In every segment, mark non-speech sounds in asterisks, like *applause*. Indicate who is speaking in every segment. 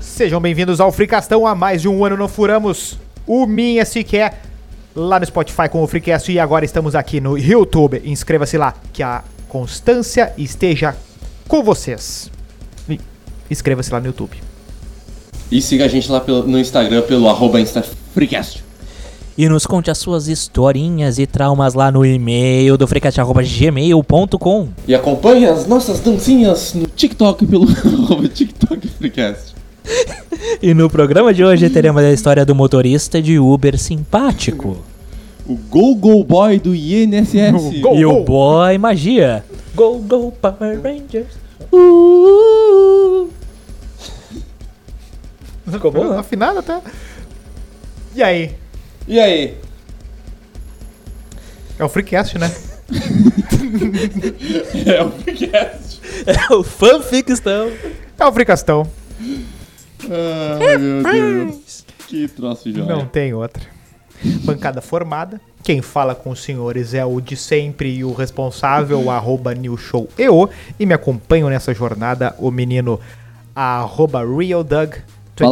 Speaker 1: Sejam bem-vindos ao Fricastão. Há mais de um ano não furamos o Minha Sequer lá no Spotify com o Freecast e agora estamos aqui no YouTube. Inscreva-se lá, que a constância esteja com vocês. E Inscreva-se lá no YouTube.
Speaker 2: E siga a gente lá pelo- no Instagram pelo arroba InstaFreecast.
Speaker 3: E nos conte as suas historinhas e traumas lá no e-mail do freecast.gmail.com.
Speaker 2: E acompanhe as nossas dancinhas no TikTok pelo *laughs* arroba TikTok Freecast.
Speaker 3: E no programa de hoje teremos a história do motorista de Uber simpático.
Speaker 2: O Go Go Boy do INSS.
Speaker 1: O Go-
Speaker 3: E o boy magia. Oh, Go, go, Power Rangers. Ficou bom, né?
Speaker 1: Afinado até. E aí?
Speaker 2: E aí? *laughs*
Speaker 1: É o Freecast, né?
Speaker 2: É o Freecast.
Speaker 3: *laughs* É o fanficção.
Speaker 1: É o Fricastão.
Speaker 2: Ai, Ah, meu Deus. Que troço de
Speaker 1: É Não tem outra. Bancada formada. Quem fala com os senhores é o de sempre e o responsável, *laughs* o arroba newshoweo. E me acompanham nessa jornada o menino arroba
Speaker 2: Fala.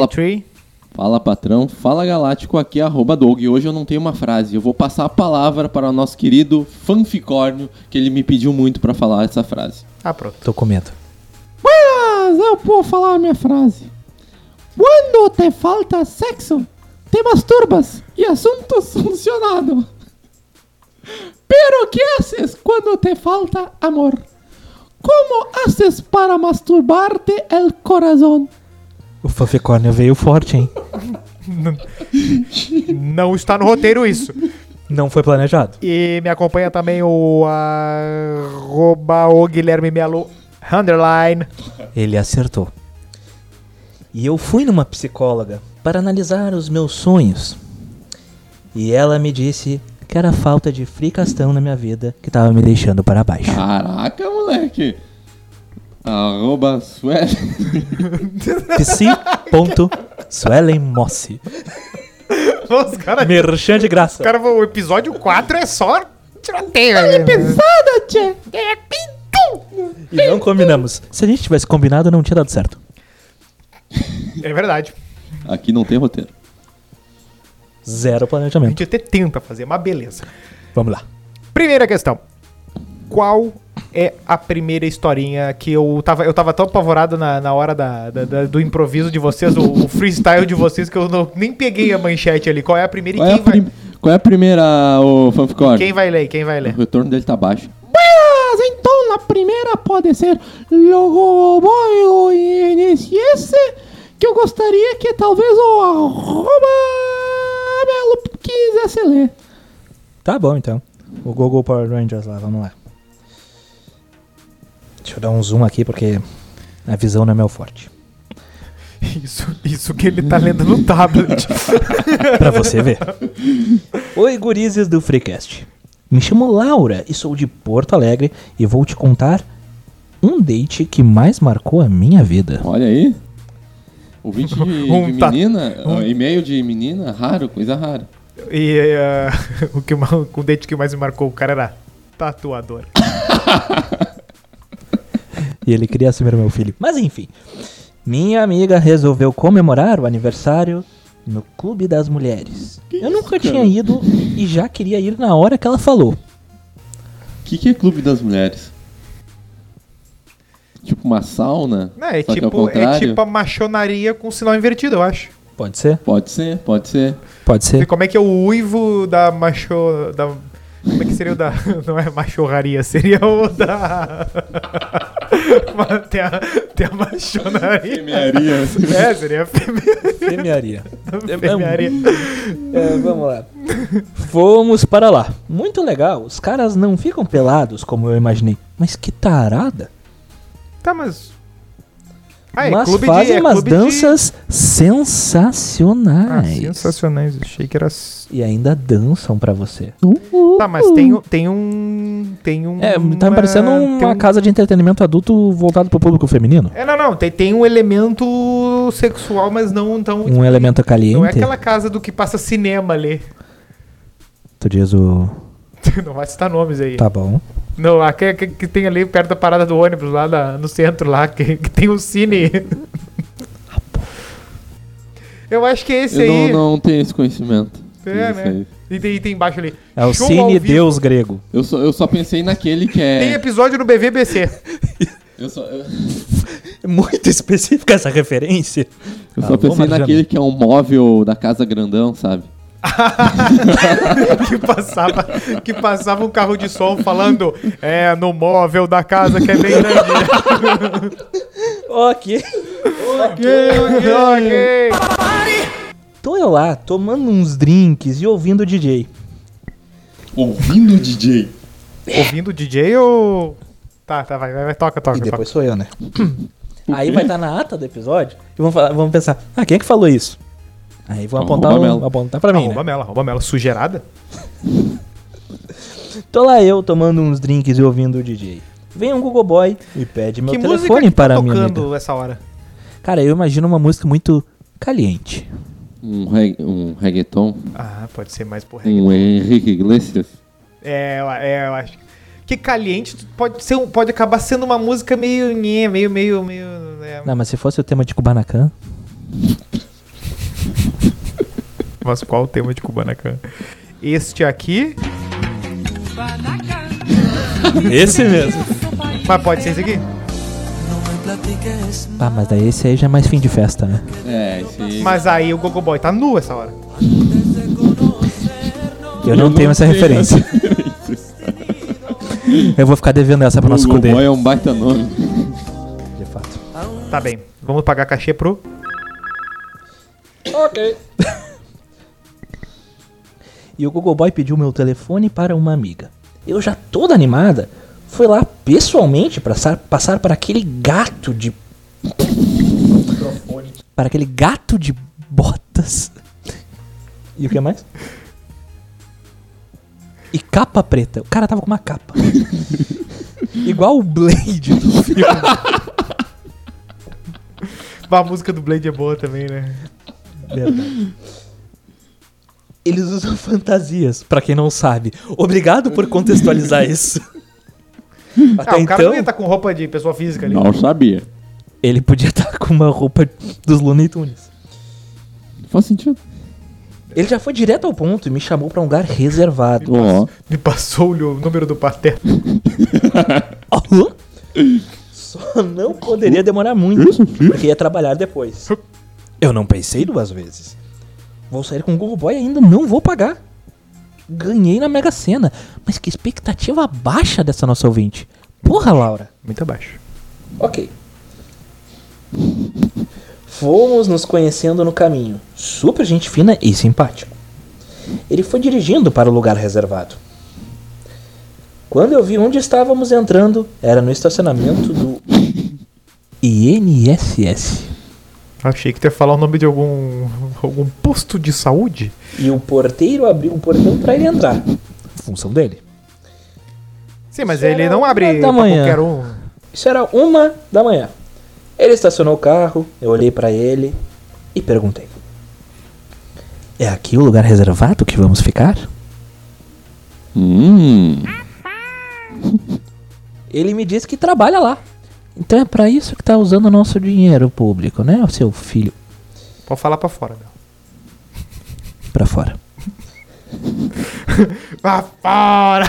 Speaker 1: realdug23.
Speaker 2: Fala patrão, fala galáctico, aqui é arroba Doug. E hoje eu não tenho uma frase, eu vou passar a palavra para o nosso querido fanficórnio, que ele me pediu muito para falar essa frase.
Speaker 1: Ah, pronto.
Speaker 3: Tô com medo.
Speaker 2: Buenas, eu vou falar a minha frase. Quando te falta sexo, te masturbas e assuntos *laughs* funcionado. Pero que haces quando te falta amor? Como haces para masturbarte el corazón?
Speaker 3: O fanficórnio veio forte, hein?
Speaker 1: Não está no roteiro isso.
Speaker 3: Não foi planejado.
Speaker 1: E me acompanha também o arroba o Guilherme Melo underline.
Speaker 3: Ele acertou. E eu fui numa psicóloga para analisar os meus sonhos. E ela me disse que era a falta de fricastão na minha vida que tava me deixando para baixo.
Speaker 2: Ah. Caraca, moleque. Arroba Sueli.
Speaker 3: Psi.suelenmossi.
Speaker 1: Os caras
Speaker 3: Merchan de graça.
Speaker 1: cara, o episódio 4 é só tiroteio. né?
Speaker 2: Pesada, tchê.
Speaker 3: E não combinamos. Se a gente tivesse combinado, não tinha dado certo.
Speaker 1: É verdade.
Speaker 2: *laughs* Aqui não tem roteiro.
Speaker 3: Zero
Speaker 1: A
Speaker 3: planejamento.
Speaker 1: gente até tenta fazer, mas beleza.
Speaker 3: Vamos lá.
Speaker 1: Primeira questão. Qual é a primeira historinha que eu tava. Eu tava tão apavorado na, na hora da, da- da- do improviso de vocês, o, o freestyle de vocês, que eu não- nem peguei a manchete ali. Qual é a primeira e
Speaker 2: Qual é, a
Speaker 1: quem, vai,
Speaker 2: prim- qual é a primeira, ô fanficórnio?
Speaker 1: quem vai ler? Quem vai ler?
Speaker 2: O retorno dele tá baixo. Buenas! Então, na primeira pode ser logo o INSS, que eu gostaria que talvez o arroba Melo quisesse ler.
Speaker 3: Tá bom, então. O Google Power Rangers lá, vamos lá. Deixa eu dar um zoom aqui, porque a visão não é meu forte.
Speaker 1: Isso, isso que ele tá lendo no tablet.
Speaker 3: Pra você ver. Oi, gurizes do Freecast. Me chamo Laura e sou de Porto Alegre e vou te contar um date que mais marcou a minha vida.
Speaker 2: Olha aí. Ouvinte de,
Speaker 1: *laughs*
Speaker 2: de
Speaker 1: Um tá-
Speaker 2: menina, ó, e-mail de menina, raro, coisa rara.
Speaker 1: e eh, *laughs* o, que, ma- o date que mais me marcou, o cara era tatuador.
Speaker 3: E ele queria assumir o meu filho. Mas enfim. Minha amiga resolveu comemorar o aniversário no Clube das Mulheres. eu nunca tinha ido e já queria ir na hora que ela falou.
Speaker 2: O que, que é clube das mulheres? Tipo uma sauna?
Speaker 1: Não, é,
Speaker 2: só que ao
Speaker 1: tipo, é
Speaker 2: contrário?
Speaker 1: tipo a machonaria com sinal invertido, eu acho.
Speaker 3: Pode ser?
Speaker 2: Pode ser, pode ser.
Speaker 3: Pode
Speaker 1: E
Speaker 3: ser.
Speaker 1: como é que é o uivo da macho. Da, como é que seria o da. *laughs* Não é machorraria, seria o da. *laughs* Mas tem, a, tem a machonaria.
Speaker 2: Semearia.
Speaker 1: É, seria a fêmea-
Speaker 3: Semearia. um
Speaker 1: fêmearia.
Speaker 3: É, vamos lá. Fomos para lá. Muito legal. Os caras não ficam pelados como eu imaginei. Mas que tarada.
Speaker 1: Tá, mas. Ah, é
Speaker 3: Mas
Speaker 1: clube de-
Speaker 3: fazem
Speaker 1: é
Speaker 3: umas
Speaker 1: clube de-
Speaker 3: danças
Speaker 1: Ah,
Speaker 3: sensacionais.
Speaker 1: sensacionais. Achei que era. s-
Speaker 3: E ainda dançam pra você.
Speaker 1: Tá, mas tem, um- tem um. Tem um.
Speaker 3: É, tá me parecendo
Speaker 1: tem
Speaker 3: uma
Speaker 1: um-
Speaker 3: casa de entretenimento adulto voltado pro público feminino.
Speaker 1: É, não, não. Tem, tem um elemento sexual, mas não tão.
Speaker 3: Um elemento caliente.
Speaker 1: não é aquela casa do que passa cinema ali.
Speaker 3: Tu diz o.
Speaker 1: *laughs* Não vai citar nomes aí.
Speaker 3: Tá bom.
Speaker 1: Não, aquele que, que tem ali perto da
Speaker 3: *laughs*
Speaker 1: parada do ônibus, lá da- no centro, lá, que, que tem um cine. Eu acho que é esse
Speaker 2: eu
Speaker 1: aí.
Speaker 2: não, não tenho esse conhecimento.
Speaker 1: É,
Speaker 2: Isso
Speaker 1: né?
Speaker 2: aí.
Speaker 1: E tem, e tem embaixo ali.
Speaker 3: É o
Speaker 1: Show
Speaker 3: Cine
Speaker 1: ao vivo.
Speaker 3: Deus grego.
Speaker 2: Eu só, eu só pensei naquele que
Speaker 1: Tem
Speaker 2: é.
Speaker 1: episódio no BVBC.
Speaker 2: Eu só, eu,
Speaker 3: É muito *laughs* específica essa referência.
Speaker 2: eu só
Speaker 3: Alô,
Speaker 2: pensei
Speaker 3: Marjane.
Speaker 2: naquele que é um móvel da casa grandão, sabe?
Speaker 1: *laughs* que passava, que passava um carro de som falando é no móvel da casa que é bem
Speaker 3: *laughs*
Speaker 1: grande.
Speaker 3: Ok.
Speaker 1: ok, ok.
Speaker 3: Tô eu lá, tomando uns drinks e ouvindo o DJ.
Speaker 2: Ouvindo o DJ.
Speaker 1: Ouvindo o DJ ou. Tá, tá, vai, vai, vai, toca, toca.
Speaker 3: E depois sou eu, né? *coughs* Aí vai estar na ata do episódio e vão, falar, vão pensar, ah, quem é que falou isso? Aí vão
Speaker 2: Arroba
Speaker 3: apontar, um,
Speaker 2: Melo.
Speaker 3: apontar pra
Speaker 1: toca.
Speaker 3: mim,
Speaker 1: Ah,
Speaker 3: né?
Speaker 1: rouba mela, rouba mela. Sugerada?
Speaker 3: Tô lá eu tomando uns drinks e ouvindo o DJ. Vem um Google Boy e pede meu
Speaker 1: que música
Speaker 3: telefone
Speaker 1: que tá
Speaker 3: para a minha
Speaker 1: tocando
Speaker 3: amiga.
Speaker 1: essa hora?
Speaker 3: Cara, eu imagino uma música muito caliente.
Speaker 2: Um, reg, um reggaeton.
Speaker 1: Ah, pode ser mais porra.
Speaker 2: Um Henrique Iglesias.
Speaker 1: É, eu- é, eu acho. Que caliente pode, ser, um- pode acabar sendo uma música meio. nhê, meio, meio, meio. É.
Speaker 3: Não, mas se fosse o tema de Kubanacan,
Speaker 1: Mas qual o tema de Kubanacan? Este aqui.
Speaker 3: esse mesmo.
Speaker 1: Mas pode ser esse aqui?
Speaker 3: Ah, mas daí esse aí já é mais fim de festa, né?
Speaker 2: É, esse aí.
Speaker 1: Mas aí o Gogo Boy tá nu essa hora.
Speaker 3: Eu não tenho essa referência. Eu vou ficar devendo essa pra nosso
Speaker 2: Google
Speaker 3: Kudê.
Speaker 2: Boy é um baita nome.
Speaker 3: De fato.
Speaker 1: Tá bem. Vamos pagar cachê pro.
Speaker 3: E o Google Boy pediu meu telefone para uma amiga. Eu já toda animada, fui lá pessoalmente pra sa- passar para aquele gato de para aquele gato de botas. E o que mais? E capa preta. O cara tava com uma capa. Igual o Blade do filme.
Speaker 1: A música do Blade é boa também, né?
Speaker 3: Verdade. *laughs* Eles usam *laughs* fantasias, pra quem não sabe. Obrigado por contextualizar *laughs* isso. Até
Speaker 1: ah, o cara
Speaker 3: então,
Speaker 1: não ia tá com roupa de pessoa física ali.
Speaker 2: Não sabia.
Speaker 3: ele podia estar com uma roupa dos Looney Tunes.
Speaker 2: Faz sentido.
Speaker 3: Ele já foi direto ao ponto e me chamou pra um lugar reservado.
Speaker 2: Ó.
Speaker 1: Me passou o número do Pater.
Speaker 3: Alô? Só não poderia demorar muito, porque ia trabalhar depois. Eu não pensei duas vezes. Vou sair com o Google Boy e ainda não vou pagar. Ganhei na Mega Sena. Mas que expectativa baixa dessa nossa ouvinte. Porra, Laura.
Speaker 1: Muito abaixo.
Speaker 3: Ok. Fomos nos conhecendo no caminho. Super gente fina e simpático. Ele foi dirigindo para o lugar reservado. Quando eu vi onde estávamos entrando, era no estacionamento do INSS.
Speaker 1: Achei que tu ia falar o nome de algum. algum posto de saúde.
Speaker 3: E o porteiro abriu o portão para ele entrar. Função dele.
Speaker 1: Sim, mas
Speaker 3: Isso
Speaker 1: ele
Speaker 3: era
Speaker 1: não abre
Speaker 3: uma é da
Speaker 1: pra
Speaker 3: manhã.
Speaker 1: qualquer um.
Speaker 3: Isso era uma da manhã. Ele estacionou o carro, eu olhei pra ele e perguntei: É aqui o lugar reservado que vamos ficar?
Speaker 2: Hum.
Speaker 3: Ele me disse que trabalha lá. Então é pra isso que tá usando o nosso dinheiro público, né, o seu filho?
Speaker 1: Pode falar pra fora, Bel.
Speaker 3: Pra fora.
Speaker 1: Pra fora!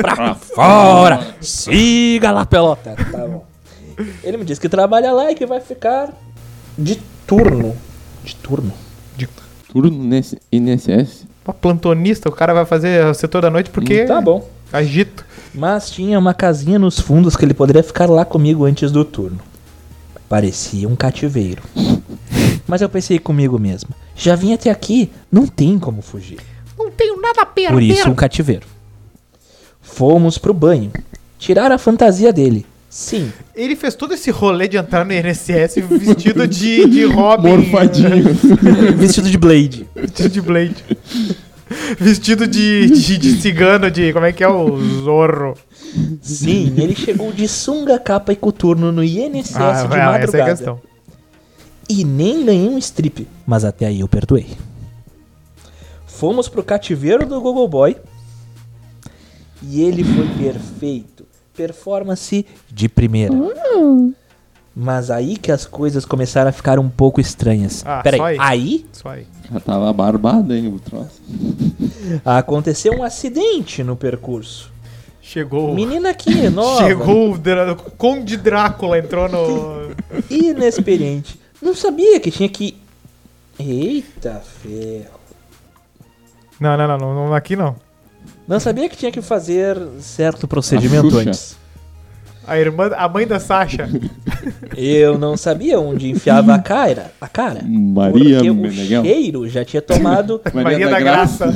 Speaker 3: Pra fora! Siga lá, pelota! Tá bom. Ele me disse que trabalha lá e que vai ficar de turno. De turno?
Speaker 2: Turno nesse INSS.
Speaker 1: Uma plantonista, o cara vai fazer o setor da noite porque.
Speaker 3: Tá bom.
Speaker 1: Agito.
Speaker 3: Mas tinha uma casinha nos fundos que ele poderia ficar lá comigo antes do turno. Parecia um cativeiro. Mas eu pensei comigo mesma: já vim até aqui, não tem como fugir.
Speaker 1: Não tenho nada a perder.
Speaker 3: Por isso, um cativeiro. Fomos pro banho. Tirar a fantasia dele. Sim,
Speaker 1: *laughs* Ele fez todo esse rolê de entrar no INSS vestido de, de Robin.
Speaker 2: Morfadinho.
Speaker 3: vestido de Blade.
Speaker 1: Vestido *laughs* de Blade. Vestido de, de, de cigano, de. Como é que é o Zorro?
Speaker 3: Sim, ele chegou de sunga, capa e coturno no INSS de madrugada.
Speaker 1: essa é a questão.
Speaker 3: E nem ganhei um strip, mas até aí eu perdoei. Fomos pro cativeiro do Google Boy. E ele foi perfeito. Performance de primeira. Mas aí que as coisas começaram a ficar um pouco estranhas.
Speaker 1: Ah,
Speaker 3: Peraí,
Speaker 1: só aí?
Speaker 3: aí
Speaker 1: Isso aí.
Speaker 2: *laughs* Já tava barbado, hein, o troço.
Speaker 3: aconteceu um acidente no percurso.
Speaker 1: Chegou. *laughs*
Speaker 3: Menina aqui, nova,
Speaker 1: Chegou o Dra- o Conde Drácula, entrou
Speaker 3: *laughs*
Speaker 1: no.
Speaker 3: inexperiente. Não sabia que tinha que... Eita ferro.
Speaker 1: Não, não, não, não, não, aqui não.
Speaker 3: Não sabia que tinha que fazer certo
Speaker 2: A
Speaker 3: procedimento
Speaker 2: Xuxa.
Speaker 3: antes.
Speaker 1: A irmã, a mãe da Sasha.
Speaker 3: Eu não sabia onde enfiava a cara. A cara.
Speaker 2: Maria
Speaker 3: porque
Speaker 2: Meneghel.
Speaker 3: o cheiro já tinha
Speaker 2: *laughs*
Speaker 3: tomado.
Speaker 1: Maria, da, Graça.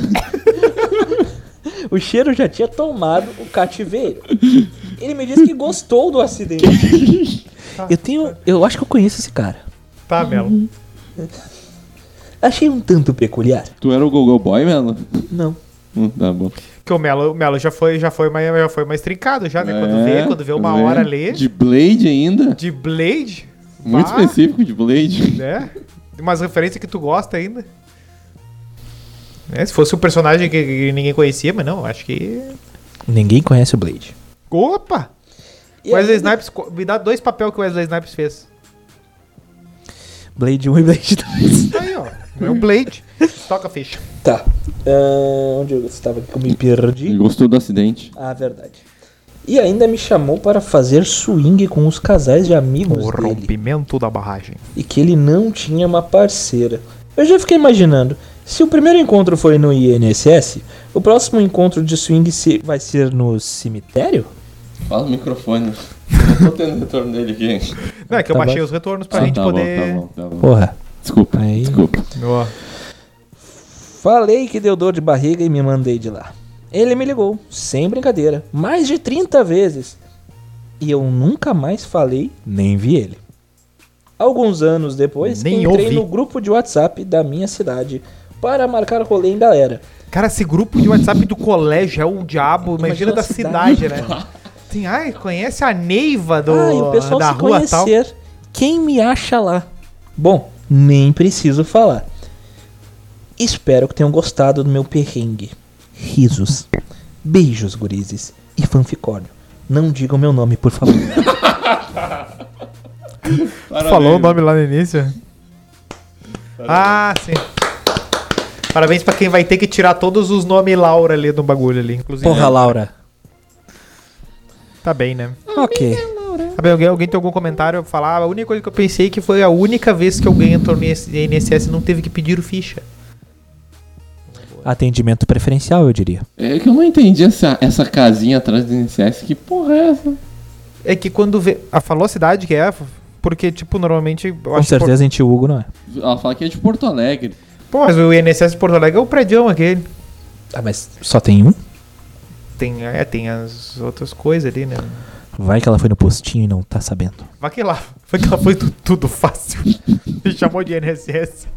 Speaker 3: o cheiro já tinha tomado o cativeiro. Ele me disse que gostou do acidente. Eu tenho. Eu acho que eu conheço esse cara.
Speaker 1: Tá,
Speaker 3: Uhum.
Speaker 1: Melo.
Speaker 3: Achei um tanto peculiar.
Speaker 2: Tu era o Google Boy, Melo?
Speaker 3: Não.
Speaker 2: Hum, tá bom.
Speaker 1: Que o Melo, o Melo já foi, já foi mais, já foi mais trincado já, né? Quando
Speaker 2: É,
Speaker 1: vê, quando vê uma hora ali de,
Speaker 2: De Blade ainda?
Speaker 1: Blade.
Speaker 2: Muito
Speaker 1: pá,
Speaker 2: específico de Blade.
Speaker 1: Né? Tem Umas referências que tu gosta ainda. Né, Se fosse um personagem que, que ninguém conhecia, mas não, acho que.
Speaker 3: Ninguém conhece o Blade.
Speaker 1: Opa! Wesley Snipes, co- me dá dois papéis que o Wesley Snipes fez.
Speaker 3: Blade 1 e Blade 2.
Speaker 1: Aí, ó. É o
Speaker 3: *laughs*
Speaker 1: Blade. Toca a ficha.
Speaker 3: Tá. Ah, onde eu estava que eu me perdi?
Speaker 2: Ele gostou do acidente.
Speaker 3: Ah, verdade. E ainda me chamou para fazer swing com os casais de amigos
Speaker 1: O
Speaker 3: dele.
Speaker 1: rompimento da barragem.
Speaker 3: E que ele não tinha uma parceira. Eu já fiquei imaginando. Se o primeiro encontro foi no INSS, o próximo encontro de swing se- vai ser no cemitério?
Speaker 2: Fala o microfone. Eu não tô tendo retorno dele aqui.
Speaker 1: Não, é que eu
Speaker 3: Tá
Speaker 1: baixei
Speaker 3: bom.
Speaker 1: os retornos pra gente
Speaker 2: tá
Speaker 1: poder.
Speaker 2: bom, tá bom, tá bom.
Speaker 3: Porra.
Speaker 2: Desculpa,
Speaker 3: Aí.
Speaker 2: desculpa.
Speaker 1: Ó.
Speaker 3: Falei que deu dor de barriga e me mandei de lá. Ele me ligou, sem brincadeira, mais de 30 vezes. E eu nunca mais falei, nem vi ele. Alguns anos depois,
Speaker 1: Nem
Speaker 3: entrei
Speaker 1: ouvi.
Speaker 3: no grupo de WhatsApp da minha cidade para marcar rolê em galera.
Speaker 1: Cara, esse grupo de WhatsApp do colégio é um diabo. Imagina,
Speaker 3: Imagina
Speaker 1: da
Speaker 3: a
Speaker 1: cidade,
Speaker 3: cidade.
Speaker 1: né? Tem, ai, conhece a Neiva do,
Speaker 3: ah, e o pessoal
Speaker 1: da
Speaker 3: se
Speaker 1: rua tal.
Speaker 3: conhecer. Quem me acha lá? Bom, nem preciso falar. Espero que tenham gostado do meu perrengue. Risos. Beijos, gurizes. E fanficórnio. Não digam meu nome, por *laughs* favor.
Speaker 1: Falou o nome lá no início? Ah, sim. Parabéns pra quem vai ter que tirar todos os nomes Laura ali do bagulho ali, inclusive.
Speaker 3: Porra, Laura.
Speaker 1: Tá bem, né?
Speaker 3: Ok.
Speaker 1: Tá bem, alguém, alguém tem algum comentário pra falar? A única coisa que eu pensei que foi a única vez que alguém entrou no INSS e não teve que pedir o ficha.
Speaker 3: Atendimento preferencial, eu diria.
Speaker 2: É que eu não entendi essa, essa casinha atrás do INSS. Que porra é essa?
Speaker 1: É que quando vê. Ah, falou a cidade que é, porque, tipo, normalmente. eu
Speaker 3: Com
Speaker 1: acho que
Speaker 3: certeza, em Tio Hugo não é.
Speaker 2: Ela fala que é de Porto Alegre.
Speaker 1: Pô, mas o INSS de Porto Alegre é o prédio aquele.
Speaker 3: Ah, mas só tem um?
Speaker 1: Tem, é, tem as outras coisas ali, né?
Speaker 3: Vai que ela foi no postinho e não tá sabendo.
Speaker 1: Vai que lá. Foi que lá foi tu- tudo fácil. *laughs* Me chamou de
Speaker 3: *laughs*
Speaker 1: INSS.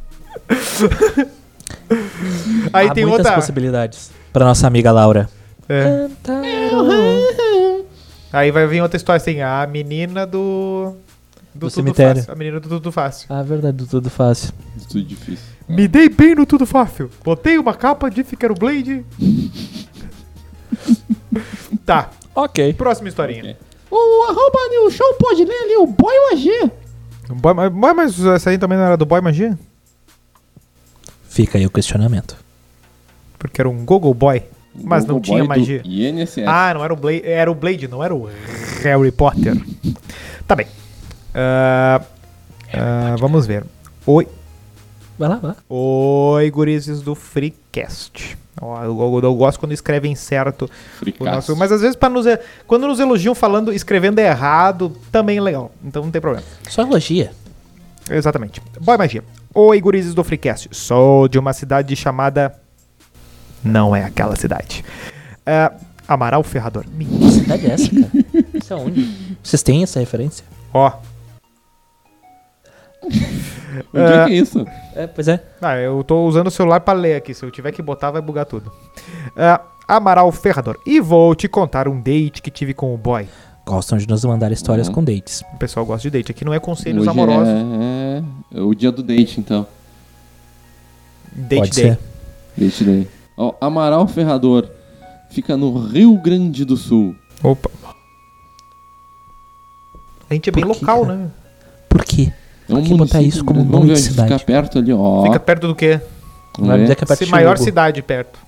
Speaker 1: Aí
Speaker 3: Há
Speaker 1: tem
Speaker 3: muitas
Speaker 1: outra.
Speaker 3: possibilidades. Pra nossa amiga Laura.
Speaker 1: é. Aí vai vir outra história assim. A menina do.
Speaker 3: Do
Speaker 1: tudo
Speaker 3: cemitério.
Speaker 1: fácil. A menina do tudo fácil.
Speaker 3: Ah, verdade, do tudo fácil.
Speaker 2: Tudo é difícil.
Speaker 1: Me dei bem no tudo fácil. Botei uma capa, disse que era o
Speaker 3: *laughs*
Speaker 1: Blade. tá,
Speaker 3: Ok.
Speaker 1: próxima historinha.
Speaker 2: O arroba New Show pode ler ali o Boy OG.
Speaker 1: Um Boy, mas- mas essa aí também não era do Boy Magia?
Speaker 3: Fica aí o questionamento.
Speaker 1: Porque era um Google Boy. Mas não tinha magia.
Speaker 2: INSS.
Speaker 1: Ah, não era o Blade. Era o Blade, não era o Harry Potter. Tá bem. Ah, ah, vamos ver. Oi.
Speaker 3: Vai lá, vai lá.
Speaker 1: Oi, gurizes do Freecast. Ó, eu, eu- eu gosto quando escrevem certo o
Speaker 2: Fricaço.
Speaker 1: nosso. Mas às vezes, pra nos, e- quando nos elogiam falando, escrevendo errado, também é legal. Então não tem problema.
Speaker 3: Só elogia.
Speaker 1: Exatamente. Boa magia. Oi, gurizes do Freecast. Sou de uma cidade chamada. Não é aquela cidade. É, Amaral Ferrador. Mentira.
Speaker 3: Que cidade é essa, cara? Isso é onde? Vocês têm essa referência?
Speaker 1: Ó.
Speaker 2: Onde é que é isso?
Speaker 3: É, pois é.
Speaker 1: Ah, eu tô usando o celular pra ler aqui. Se eu tiver que botar, vai bugar tudo. Ah, Amaral Ferrador. E vou te contar um date que tive com o boy.
Speaker 3: Gostam de nos mandar histórias com dates.
Speaker 1: O pessoal gosta de date. Aqui não é conselhos
Speaker 2: Hoje
Speaker 1: amorosos.
Speaker 2: É, é o dia do date, então.
Speaker 1: Date
Speaker 3: Pode
Speaker 1: day.
Speaker 3: ser.
Speaker 2: Date day. Ó, Amaral Ferrador. Fica no Rio Grande do Sul.
Speaker 1: Opa. A gente é bem
Speaker 3: Por que,
Speaker 1: é local,
Speaker 3: cara?
Speaker 1: né?
Speaker 3: Por quê?
Speaker 2: É um
Speaker 3: Por que botar isso como
Speaker 2: Vamos
Speaker 3: nome
Speaker 2: ver
Speaker 3: de
Speaker 2: onde
Speaker 3: cidade?
Speaker 2: Fica perto ali, ó.
Speaker 1: Fica perto do quê?
Speaker 3: Não
Speaker 2: Vamos
Speaker 3: vai me
Speaker 2: ver.
Speaker 3: dizer que é perto
Speaker 1: Se
Speaker 3: de
Speaker 1: maior
Speaker 3: Xingu.
Speaker 1: cidade perto.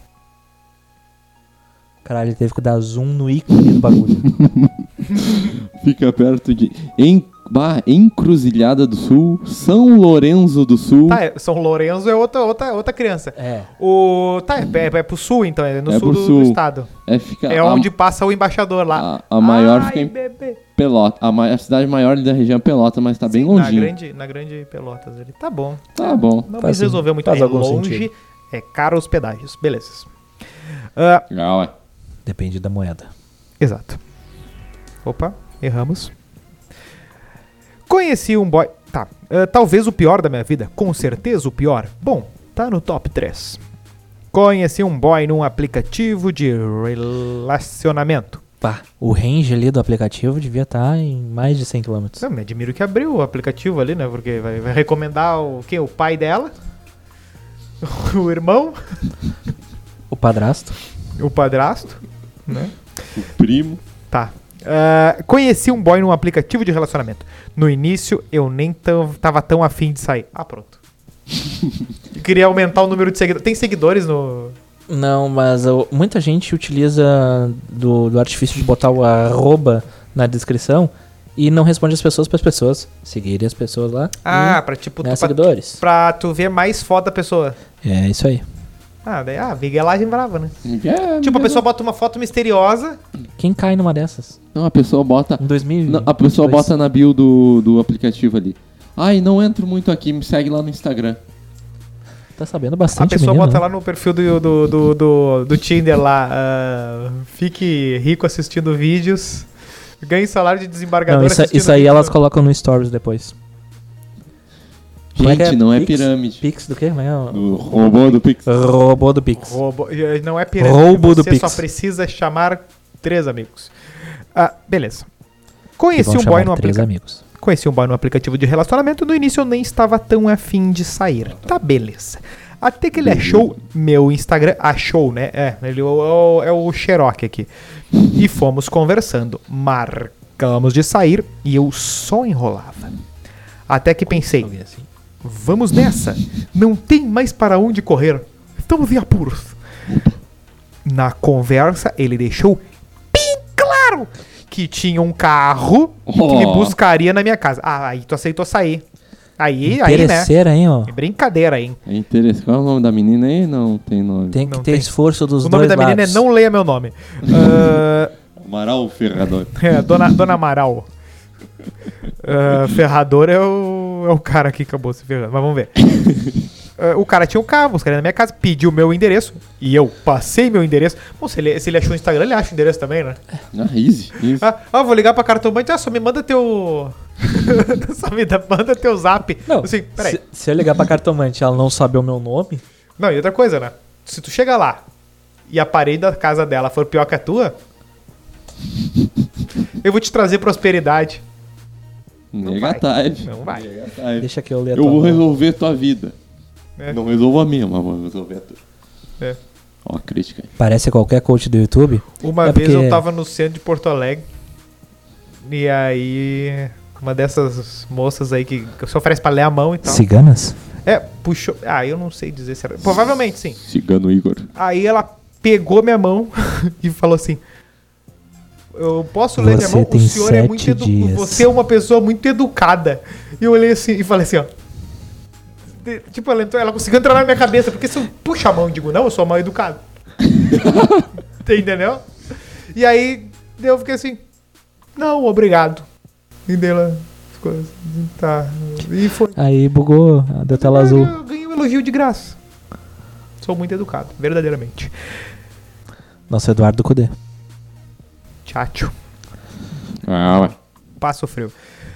Speaker 3: Caralho, ele teve que dar zoom no ícone do bagulho.
Speaker 2: Fica perto de em, bah, Encruzilhada do Sul, São Lourenço do Sul.
Speaker 1: Tá, é- São Lourenço é outra, outra, outra criança.
Speaker 3: É.
Speaker 1: O, tá, é, é, é pro sul então, é no
Speaker 2: É
Speaker 1: sul,
Speaker 2: pro
Speaker 1: do,
Speaker 2: sul.
Speaker 1: do estado.
Speaker 2: É, fica
Speaker 1: É
Speaker 2: a-
Speaker 1: onde passa o embaixador lá.
Speaker 2: a, a maior
Speaker 1: Ai,
Speaker 2: fica em
Speaker 1: bebê.
Speaker 2: Pelota. A, ma- a cidade maior da região é Pelota, mas tá bem
Speaker 1: na
Speaker 2: longinho.
Speaker 1: grande, na grande Pelotas ele. Tá bom.
Speaker 2: Tá bom.
Speaker 1: Não
Speaker 3: Faz
Speaker 1: me resolveu
Speaker 3: sentido.
Speaker 1: muito.
Speaker 3: Faz
Speaker 1: é
Speaker 3: algum
Speaker 1: longe,
Speaker 3: sentido.
Speaker 1: é caro os pedágios. Beleza. Ah,
Speaker 2: Legal, é.
Speaker 3: Depende da moeda.
Speaker 1: exato. Opa, erramos. Conheci um boy. Tá. ah, talvez o pior da minha vida. Com certeza o pior. Bom, tá no top 3. Conheci um boy num aplicativo de relacionamento.
Speaker 3: Pá, o range ali do aplicativo devia estar em mais de 100 km.
Speaker 1: Eu me admiro que abriu o aplicativo ali, né? Porque vai, vai recomendar o quê? O pai dela? *laughs* O irmão?
Speaker 3: O padrasto.
Speaker 1: O padrasto? Né?
Speaker 2: O primo.
Speaker 1: Tá. Ah, conheci um boy num aplicativo de relacionamento. No início, eu nem tão, tava tão afim de sair. Ah, pronto. Eu queria aumentar o número de seguidores. Tem seguidores no.
Speaker 3: Não, mas eu- muita gente utiliza do, do artifício de botar o arroba na descrição e não responde as pessoas para as pessoas seguirem as pessoas lá.
Speaker 1: Ah, pra tipo. Tu,
Speaker 3: e ganhar
Speaker 1: pra,
Speaker 3: Né, seguidores.
Speaker 1: pra tu ver mais foto da pessoa.
Speaker 3: É isso aí.
Speaker 1: Ah, daí, ah, miguelagem brava, né?
Speaker 2: É,
Speaker 1: Tipo, a
Speaker 2: legal.
Speaker 1: pessoa bota uma foto misteriosa.
Speaker 3: Quem cai numa dessas?
Speaker 2: Não, a pessoa bota.
Speaker 3: Em 2000.
Speaker 2: Não, a pessoa bota na bio do, do aplicativo ali. Ai, não entro muito aqui, me segue lá no Instagram.
Speaker 3: Tá sabendo
Speaker 1: A
Speaker 3: bastante,
Speaker 1: pessoa
Speaker 3: menino,
Speaker 1: bota
Speaker 3: né?
Speaker 1: lá no perfil do, do, do, do, do Tinder lá. ah, fique rico assistindo vídeos. Ganhe salário de desembargador
Speaker 3: Não, isso,
Speaker 1: assistindo né?
Speaker 3: isso aí
Speaker 1: vídeos
Speaker 3: elas
Speaker 1: no-
Speaker 3: colocam no Stories depois. Como é que
Speaker 2: Gente,
Speaker 3: é?
Speaker 2: não é
Speaker 3: Pix?
Speaker 2: pirâmide.
Speaker 3: Pix do quê? Como é que é o-
Speaker 2: Do robô do Pix.
Speaker 3: Robô do Pix.
Speaker 1: Roubo. eh, Não é pirâmide.
Speaker 3: Roubo do
Speaker 1: você só
Speaker 3: Pix.
Speaker 1: precisa chamar três amigos. Ah, beleza.
Speaker 3: Que vão
Speaker 1: Conheci um, boy
Speaker 3: chamar
Speaker 1: no
Speaker 3: três
Speaker 1: aplica...
Speaker 3: amigos.
Speaker 1: Conheci um boy no aplicativo de relacionamento. No início eu nem estava tão afim de sair. Tá, beleza. Até que ele achou meu Instagram. Achou, né? É, ele é o, é o Xerox aqui. E fomos conversando. Marcamos de sair e eu só enrolava. Até que pensei,
Speaker 3: Alguém assim.
Speaker 1: Vamos nessa! Não tem mais para onde correr. Estamos em apuros. Na conversa, ele deixou bem claro que tinha um carro que me
Speaker 2: Oh.
Speaker 1: buscaria na minha casa. Ah, aí tu aceitou sair. Aí, aí, né?
Speaker 3: Interesseira, hein, ó.
Speaker 1: É brincadeira, hein?
Speaker 2: É interessante. Qual é o nome da menina aí? Não tem nome.
Speaker 3: Tem que
Speaker 1: Não
Speaker 3: ter
Speaker 1: tem.
Speaker 3: esforço dos
Speaker 1: o nome
Speaker 3: dois
Speaker 1: da menina
Speaker 3: lados.
Speaker 1: é Não Leia Meu Nome.
Speaker 3: *laughs*
Speaker 1: Ah,
Speaker 2: Amaral Ferrador.
Speaker 1: é, dona, dona Amaral. Ah, ferrador é o, é o cara que acabou se ferrando, mas vamos ver. Ah, o cara tinha o carro, buscaria na minha casa, pediu meu endereço e eu passei meu endereço. Bom, se ele, se ele achou o Instagram, ele acha o endereço também, né?
Speaker 2: *laughs* Ah, easy, easy.
Speaker 1: Ah, ah, vou ligar pra cartomante, ah, só me manda teu. *laughs* só me dá- manda teu zap.
Speaker 3: Não,
Speaker 1: assim, peraí.
Speaker 3: se, se eu ligar pra cartomante e ela não saber o meu nome,
Speaker 1: Não, e outra coisa, né? Se tu chegar lá e a parede da casa dela for pior que a tua, eu vou te trazer prosperidade.
Speaker 2: Nega type.
Speaker 1: Não vai.
Speaker 2: Nega type.
Speaker 3: deixa que eu leia
Speaker 2: Eu
Speaker 3: tua
Speaker 2: vou
Speaker 3: mão.
Speaker 2: resolver tua vida.
Speaker 1: É.
Speaker 2: Não resolvo a minha, mas vou resolver a tua.
Speaker 1: É.
Speaker 2: Ó, a crítica aí.
Speaker 3: Parece qualquer coach do YouTube.
Speaker 1: Uma
Speaker 3: É
Speaker 1: vez
Speaker 3: porque-
Speaker 1: eu tava no centro de Porto Alegre e aí uma dessas moças aí que que se oferece pra ler a mão e tal.
Speaker 3: Ciganas?
Speaker 1: É, puxou. Ah, eu não sei dizer se era. Provavelmente sim.
Speaker 2: Cigano Igor.
Speaker 1: Aí ela pegou minha mão *laughs* e falou assim: Eu posso ler minha
Speaker 3: Você
Speaker 1: mão?
Speaker 3: tem
Speaker 1: o senhor é
Speaker 3: sete
Speaker 1: muito edu...
Speaker 3: dias."
Speaker 1: Você é uma pessoa muito educada. E eu olhei assim e falei assim, ó. De- Tipo, ela, entrou, ela conseguiu entrar na minha cabeça, porque se eu puxo a mão e digo, não, eu sou mal educado. *laughs* Entendeu? E aí eu fiquei assim, não, obrigado. E daí ela ficou assim, tá. E foi.
Speaker 3: Aí bugou a da tela azul.
Speaker 1: Eu ganhei um elogio de graça. Sou muito educado, verdadeiramente.
Speaker 3: Nossa, Eduardo Cudê.
Speaker 1: Tchatcho.
Speaker 2: Ah, ué.
Speaker 1: Pá, sofreu.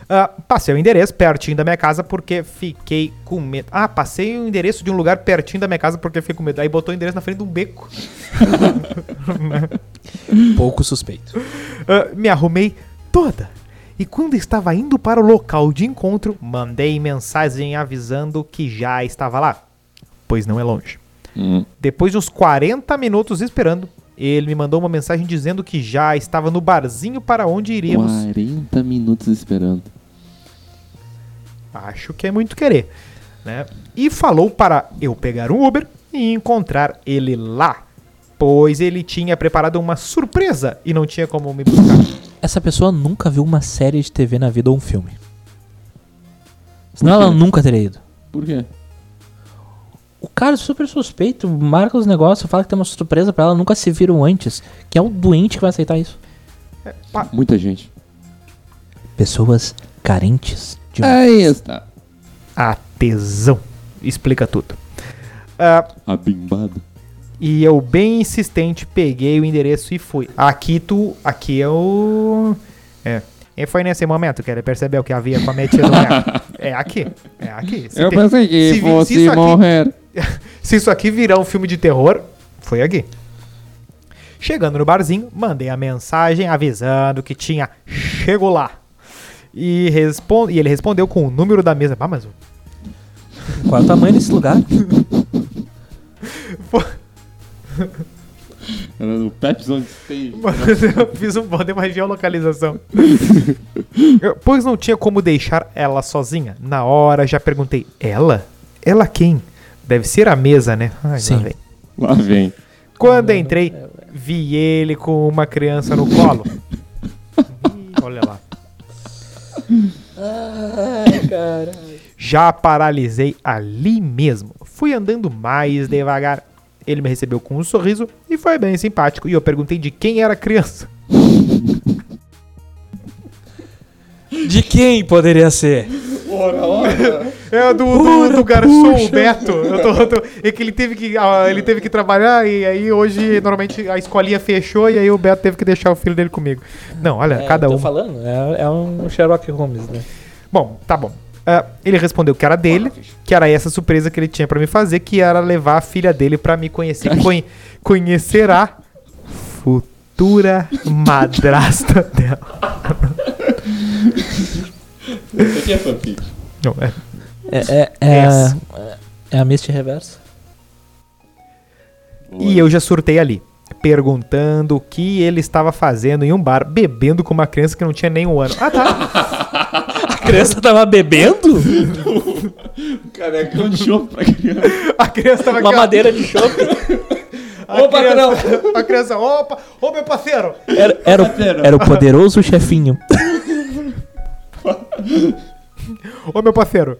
Speaker 1: Ah, passei o endereço pertinho da minha casa porque fiquei com medo. Ah, passei o endereço de um lugar pertinho da minha casa porque fiquei com medo. Aí botou o endereço na frente de um beco.
Speaker 3: Pouco suspeito.
Speaker 1: Ah, me arrumei toda. E quando estava indo para o local de encontro, mandei mensagem avisando que já estava lá. Pois não é longe.
Speaker 2: Hum.
Speaker 1: Depois de uns 40 minutos esperando, ele me mandou uma mensagem dizendo que já estava no barzinho para onde iríamos.
Speaker 2: 40 minutos esperando.
Speaker 1: Acho que é muito querer. Né? E falou para eu pegar um Uber e encontrar ele lá. Pois ele tinha preparado uma surpresa e não tinha como me buscar.
Speaker 3: Essa pessoa nunca viu uma série de TV na vida ou um filme. Senão ela nunca teria ido.
Speaker 2: Por quê?
Speaker 3: O cara é super suspeito, marca os negócios, fala que tem uma surpresa pra ela, nunca se viram antes. Que é um doente que vai aceitar isso.
Speaker 1: É, pá,
Speaker 2: Muita gente.
Speaker 3: Pessoas carentes de
Speaker 1: É.
Speaker 3: um-
Speaker 2: Aí está.
Speaker 1: a tesão. Explica tudo. Ah,
Speaker 2: A bimbada.
Speaker 1: e eu, bem insistente, peguei o endereço e fui. Aqui tu. Aqui eu. É. E foi nesse momento que ele percebeu que havia cometido um erro. É aqui. É aqui. Se
Speaker 2: Eu
Speaker 1: tem-
Speaker 2: pensei que
Speaker 1: se vi- se
Speaker 2: fosse
Speaker 1: isso aqui-
Speaker 2: morrer.
Speaker 1: *laughs* Se isso aqui virar um filme de terror, foi aqui. Chegando no barzinho, mandei a mensagem avisando que tinha chego lá. E, respon- e ele respondeu com o número da mesa. Ah, mas o- *laughs*
Speaker 3: Qual é o tamanho desse lugar?
Speaker 2: Era no Pepsi on Stage.
Speaker 1: mas eu fiz um bode, mas geolocalização. Eu- pois não tinha como deixar ela sozinha. Na hora já perguntei: ela? Ela quem? Deve ser a mesa, né? Ai, lá
Speaker 3: Sim.
Speaker 1: vem.
Speaker 2: Lá vem.
Speaker 1: Quando entrei, vi ele com uma criança no colo. Ih, Olha lá. Já paralisei ali mesmo. Fui andando mais devagar. Ele me recebeu com um sorriso e foi bem simpático. E eu perguntei de quem era a criança.
Speaker 3: De quem poderia ser?
Speaker 1: É do, do, do garçom o Beto. Eu tô- eu tô- é que ele teve que, ah, ele teve que trabalhar e aí hoje, normalmente, a escolinha fechou e aí o Beto teve que deixar o filho dele comigo. Não, olha,
Speaker 3: É,
Speaker 1: cada um.
Speaker 3: falando, é, um Sherlock Holmes, né?
Speaker 1: Bom, tá bom. Ah, ele respondeu que era dele, que era essa surpresa que ele tinha pra me fazer, que era levar a filha dele pra me conhecer. Conhe- conhecerá futura madrasta *laughs* dela.
Speaker 2: Isso aqui é fanfic.
Speaker 1: Não, é.
Speaker 3: É, é,
Speaker 1: Yes.
Speaker 3: é, é a Misty Reversa.
Speaker 1: E eu já surtei ali, perguntando o que ele estava fazendo em um bar, bebendo com uma criança que não tinha nem um ano. Ah,
Speaker 3: *laughs*
Speaker 1: tá.
Speaker 3: A criança tava bebendo?
Speaker 2: Canecão de chope pra criança.
Speaker 1: A criança tava
Speaker 3: Uma
Speaker 1: aqui, ó.
Speaker 3: madeira de chope?
Speaker 1: A
Speaker 3: Opa,
Speaker 1: criança, *laughs* A criança, opa, ô meu parceiro.
Speaker 3: Era, era, o- era o poderoso chefinho.
Speaker 1: Ô meu parceiro.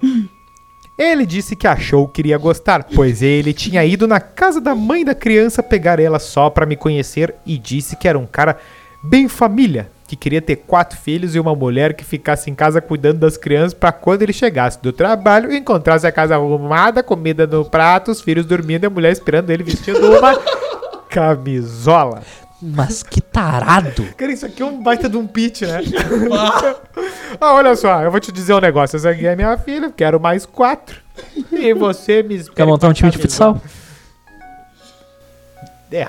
Speaker 1: Ele disse que achou que iria gostar, pois ele tinha ido na casa da mãe da criança pegar ela só pra me conhecer e disse que era um cara bem família, que queria ter quatro filhos e uma mulher que ficasse em casa cuidando das crianças pra quando ele chegasse do trabalho encontrasse a casa arrumada, comida no prato, os filhos dormindo e a mulher esperando ele vestindo uma *laughs* camisola.
Speaker 3: Mas que tarado.
Speaker 1: Cara, isso aqui é um baita de um pitch, né? ah, olha só, eu vou te dizer um negócio. Essa aqui é minha filha, quero mais quatro. E você me espera.
Speaker 3: Quer montar um time de futsal?
Speaker 1: É,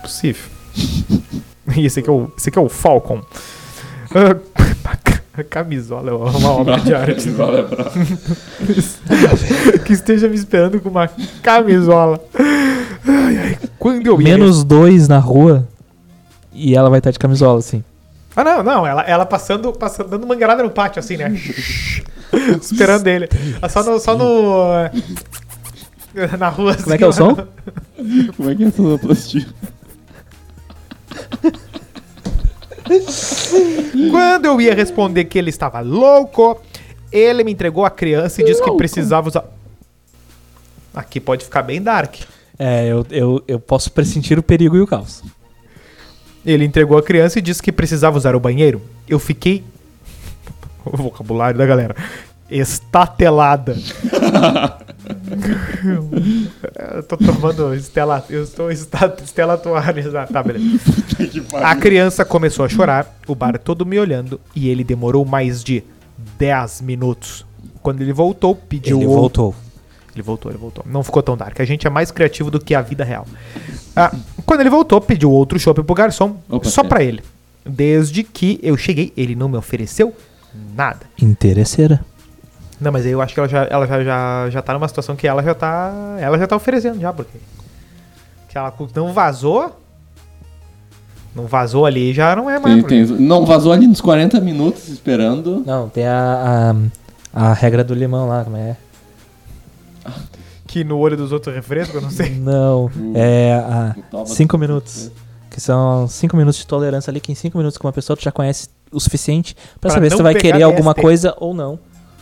Speaker 1: possível. *laughs* Esse aqui é o, esse aqui é o Falcon. Ah, *laughs* a camisola é uma obra de arte.
Speaker 2: *laughs* é
Speaker 1: que esteja me esperando com uma camisola. Ai, ai, quando eu ia
Speaker 3: Menos dois na rua e ela vai estar de camisola, assim.
Speaker 1: Ah, não, não. Ela, ela passando, passando, dando mangarada no pátio, assim, né? *laughs* Esperando ele. Ah, Só no. Só no eh, *laughs* na rua, assim.
Speaker 3: Como é que é o som?
Speaker 2: Como é que é essa sonoplastia?
Speaker 1: Quando eu ia responder que ele estava louco, ele me entregou a criança e disse que precisava usar. Aqui pode ficar bem dark.
Speaker 3: *laughs* É, eu, eu, eu posso pressentir o perigo e o caos.
Speaker 1: Ele entregou a criança e disse que precisava usar o banheiro. Eu fiquei. *laughs* O vocabulário da galera. Estatelada. eu tô tomando estela. Eu estou esta- estelatualizado. Tá, beleza. A criança começou a chorar, o bar todo me olhando, e ele demorou mais de 10 minutos. Quando ele voltou, pediu
Speaker 3: Ele
Speaker 1: outro-
Speaker 3: voltou.
Speaker 1: ele voltou, ele voltou. Não ficou tão dark. A gente é mais criativo do que a vida real. Ah, quando ele voltou, pediu outro chopp pro garçom,
Speaker 2: Opa,
Speaker 1: só
Speaker 2: é.
Speaker 1: pra ele. Desde que eu cheguei, ele não me ofereceu nada.
Speaker 3: Interesseira.
Speaker 1: Não, mas aí eu acho que ela já, ela já, já, já tá numa situação que ela já tá. Ela já tá oferecendo já, porque. Que ela cu- não vazou. Não vazou ali já não é mais.
Speaker 2: Tem,
Speaker 1: porque-
Speaker 2: tem, não vazou ali nos 40 minutos esperando.
Speaker 3: Não, tem a, a, A regra do limão lá, como é?
Speaker 1: Que no olho dos outros é refresco, eu não sei. *laughs*
Speaker 3: Não,
Speaker 2: Hum.
Speaker 3: é a
Speaker 2: Toma-
Speaker 3: 5 minutos. Que são 5 minutos de tolerância ali, que em 5 minutos com uma pessoa tu já conhece o suficiente pra
Speaker 1: Pra
Speaker 3: saber se
Speaker 1: não
Speaker 3: tu vai
Speaker 1: pegar
Speaker 3: querer alguma
Speaker 1: DST.
Speaker 3: coisa ou não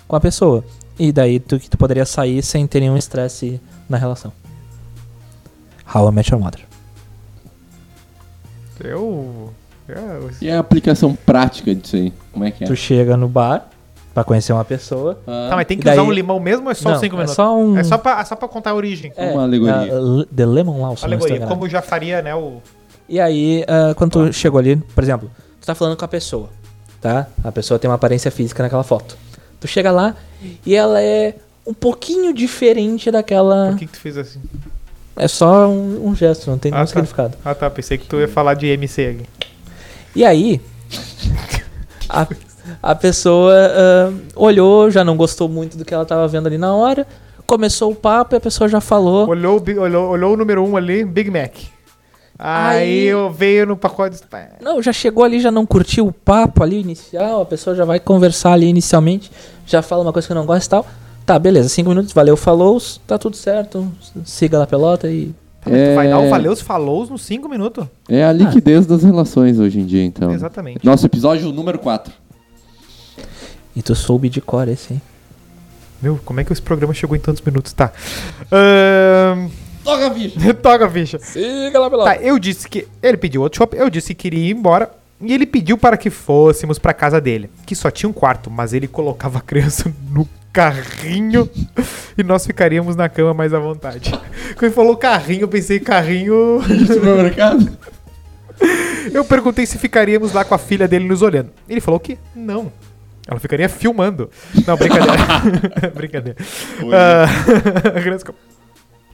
Speaker 3: com a pessoa. E daí tu, que tu poderia sair sem ter nenhum estresse na relação. How I Met Your Mother.
Speaker 1: Eu. é, eu-
Speaker 2: E a aplicação prática disso aí? Como é que é?
Speaker 3: Tu chega no bar pra conhecer uma pessoa.
Speaker 2: Ah,
Speaker 1: Tá, mas tem que
Speaker 3: E daí-
Speaker 1: usar um limão mesmo ou é só
Speaker 3: Não,
Speaker 1: 5
Speaker 3: é
Speaker 1: minutos?
Speaker 3: só um...
Speaker 1: É só pra, é só pra contar a origem.
Speaker 3: é,
Speaker 2: Uma alegoria.
Speaker 3: a- l- The Lemon Laws. no
Speaker 1: Alegoria,
Speaker 3: Instagram.
Speaker 1: como já faria, né, o...
Speaker 3: E aí, ah, quando
Speaker 1: Tá.
Speaker 3: tu chegou ali, por exemplo, tu tá falando com a pessoa, tá? A pessoa tem uma aparência física naquela foto. Tu chega lá e ela é um pouquinho diferente daquela.
Speaker 1: Por que que tu fez assim?
Speaker 3: É só um, um gesto, não tem
Speaker 1: Ah, tá.
Speaker 3: nenhum significado.
Speaker 1: Ah, tá, pensei que tu ia falar de MC aqui. *laughs*
Speaker 3: E aí, a, a pessoa ah, olhou, já não gostou muito do que ela tava vendo ali na hora, começou o papo e a pessoa já falou.
Speaker 1: Olhou, o Bi- olhou, olhou o número 1 um ali, Big Mac. Aí,
Speaker 3: Aí-
Speaker 1: eu veio no pacote...
Speaker 3: Não, já chegou ali, já não curtiu o papo ali inicial, a pessoa já vai conversar ali inicialmente, já fala uma coisa que eu não gosto e tal. Tá, beleza, cinco minutos, valeu, falou, tá tudo certo, siga lá a pelota e.
Speaker 1: tá, Tu vai dar o
Speaker 2: É.
Speaker 1: valeu os falou nos 5 minutos?
Speaker 2: É a liquidez das relações hoje em dia, então.
Speaker 1: Exatamente.
Speaker 2: Nosso episódio número 4.
Speaker 3: E tu soube de cor esse, hein?
Speaker 1: Meu, como é que esse programa chegou em tantos minutos? Tá. Ahn, *laughs*
Speaker 2: Toca, *laughs* bicho!
Speaker 1: Toca, ficha.
Speaker 3: Siga lá a pelota.
Speaker 1: Tá, eu disse que. Ele pediu outro shopping, eu disse que queria ir embora. E ele pediu para que fôssemos para casa dele, que só tinha um quarto, mas ele colocava a criança *laughs* no carrinho e nós ficaríamos na cama mais à vontade. Quando ele falou carrinho, eu pensei carrinho.
Speaker 2: De supermercado?
Speaker 1: Eu perguntei se ficaríamos lá com a filha dele nos olhando. Ele falou que não. Ela ficaria filmando. Não, brincadeira. brincadeira. *laughs* Ah, *laughs* a criança ficou-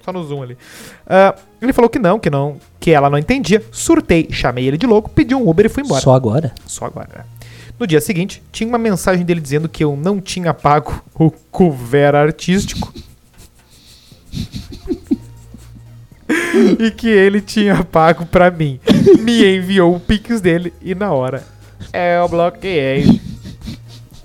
Speaker 1: Só no zoom ali. Ah, ele falou que não, que não, que ela não entendia. Surtei, chamei ele de louco, pedi um Uber e fui embora. Só,
Speaker 3: Só agora?
Speaker 1: agora. né? No dia seguinte, tinha uma mensagem dele dizendo que eu não tinha pago o couvert artístico. *laughs* e que ele tinha pago pra mim. Me enviou o pix dele e na hora é, eu bloqueei.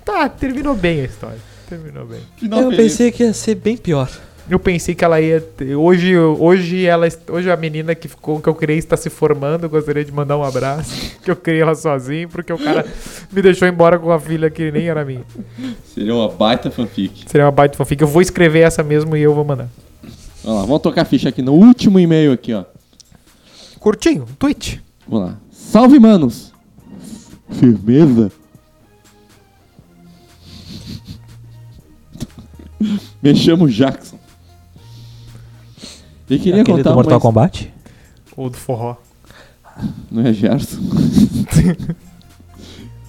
Speaker 1: Tá, terminou bem a história. Terminou bem.
Speaker 2: Final
Speaker 3: eu
Speaker 2: feliz.
Speaker 3: pensei que ia ser bem pior.
Speaker 1: Eu pensei que ela ia. ter- Hoje, hoje, ela, hoje a menina que ficou que eu criei está se formando. Eu gostaria de mandar um abraço. *laughs* Que eu criei ela sozinho, porque o cara me deixou embora com a filha que nem era minha.
Speaker 2: Seria uma baita fanfic.
Speaker 1: Seria uma baita fanfic. Eu vou escrever essa mesmo e eu vou mandar.
Speaker 2: Vamos lá, vamos tocar a ficha aqui no último e-mail aqui, ó.
Speaker 1: Curtinho, um tweet.
Speaker 2: Vamos lá. Salve, manos! Firmeza? *laughs* Me chamo Jackson. E queria
Speaker 3: Aquele
Speaker 2: contar
Speaker 3: do Mortal
Speaker 2: uma...
Speaker 3: Kombat?
Speaker 1: Ou do forró.
Speaker 2: Não é *laughs* Gerson?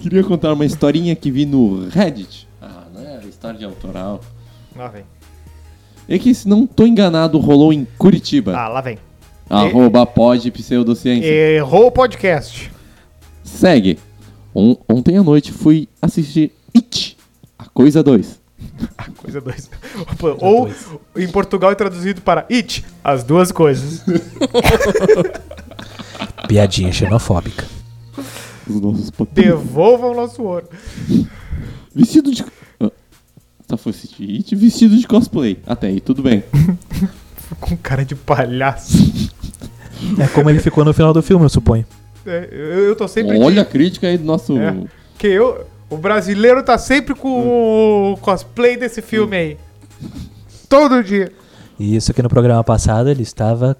Speaker 2: Queria contar uma historinha que vi no Reddit. Ah, não é história de autoral.
Speaker 1: Lá vem.
Speaker 2: É que, se não tô enganado, rolou em Curitiba.
Speaker 1: Ah, lá vem.
Speaker 2: Arroba pode pseudociência.
Speaker 1: Errou o podcast.
Speaker 2: Segue. On- ontem à noite fui assistir It, a coisa 2.
Speaker 1: Ah, coisa dois. *laughs* Opa, Ou em Portugal é traduzido para It, as duas *laughs* coisas.
Speaker 3: Piadinha xenofóbica.
Speaker 2: Os nossos papéis.
Speaker 1: Devolvam o nosso ouro.
Speaker 2: Vestido de... Ah, Só foi assistir It vestido de cosplay. Até aí, tudo bem.
Speaker 1: Com cara de palhaço.
Speaker 3: *laughs* É como ele ficou no final do filme, eu suponho.
Speaker 1: É, eu, eu tô sempre.
Speaker 2: Olha a crítica aí do nosso...
Speaker 1: É. Que eu. O brasileiro tá sempre com o cosplay desse filme aí. Hum. Todo dia.
Speaker 3: E isso aqui no programa passado ele estava.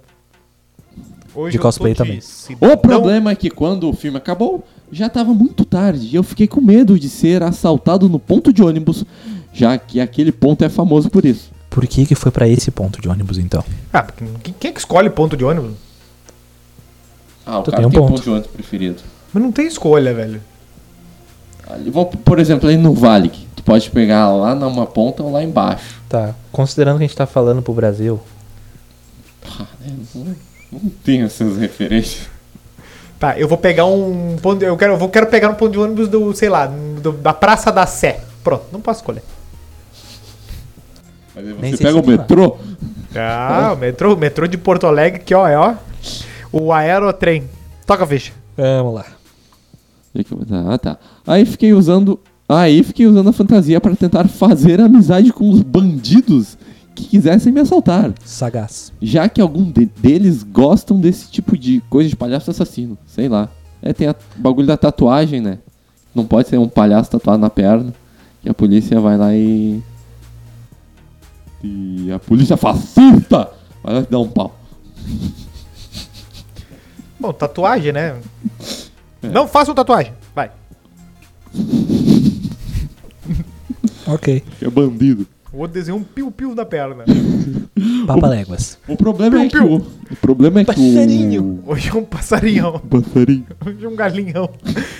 Speaker 1: Hoje
Speaker 3: De
Speaker 1: eu
Speaker 3: cosplay
Speaker 1: tô
Speaker 3: também.
Speaker 1: cidadão-
Speaker 2: O problema é que quando o filme acabou, já tava muito tarde e eu fiquei com medo de ser assaltado no ponto de ônibus, já que aquele ponto é famoso por isso.
Speaker 3: Por que que foi pra esse ponto de ônibus então?
Speaker 1: Ah, porque quem- quem é que escolhe ponto de ônibus?
Speaker 2: Ah, o
Speaker 3: Tu
Speaker 2: cara
Speaker 3: tem um
Speaker 2: tem ponto.
Speaker 3: ponto
Speaker 2: de ônibus preferido.
Speaker 1: Mas não tem escolha, velho.
Speaker 2: Ali, vamos- por exemplo, ali no Vale, que tu pode pegar lá numa ponta ou lá embaixo.
Speaker 3: Tá, considerando que a gente tá falando pro Brasil,
Speaker 2: Ah,
Speaker 3: É,
Speaker 2: né, não, não tem essas referências.
Speaker 1: Tá, eu vou pegar um ponto. Eu quero, eu vou- quero pegar um ponto de ônibus do, sei lá, do- da Praça da Sé. Pronto, não posso escolher.
Speaker 2: Mas aí
Speaker 3: Nem
Speaker 2: você
Speaker 3: sei
Speaker 2: pega
Speaker 3: se
Speaker 2: o
Speaker 3: tem lá.
Speaker 2: metrô,
Speaker 1: Ah, o *laughs* metrô, o metrô de Porto Alegre, que ó, é ó. O aerotrem. Toca a ficha.
Speaker 3: Vamos lá.
Speaker 2: Onde é que eu vou- Ah, tá. Aí fiquei usando Aí fiquei usando a fantasia para tentar fazer amizade com os bandidos que quisessem me assaltar,
Speaker 3: Sagaz.
Speaker 2: já que algum de- deles gostam desse tipo de coisa de palhaço assassino, sei lá. É, tem a- o bagulho da tatuagem, né? Não pode ser um palhaço tatuado na perna, que a polícia vai lá e... E a polícia fascista vai lá e dá um pau.
Speaker 1: Bom, tatuagem, né?
Speaker 3: É.
Speaker 1: Não façam tatuagem. Vai.
Speaker 3: Ok.
Speaker 2: que é bandido.
Speaker 1: O outro desenhou um piu-piu na perna.
Speaker 3: Papa léguas.
Speaker 2: O problema é que
Speaker 1: Piu,
Speaker 2: o, o problema é que
Speaker 3: Passarinho.
Speaker 1: Hoje é um passarinhão. *laughs*
Speaker 2: o passarinho.
Speaker 1: Hoje é um galinhão.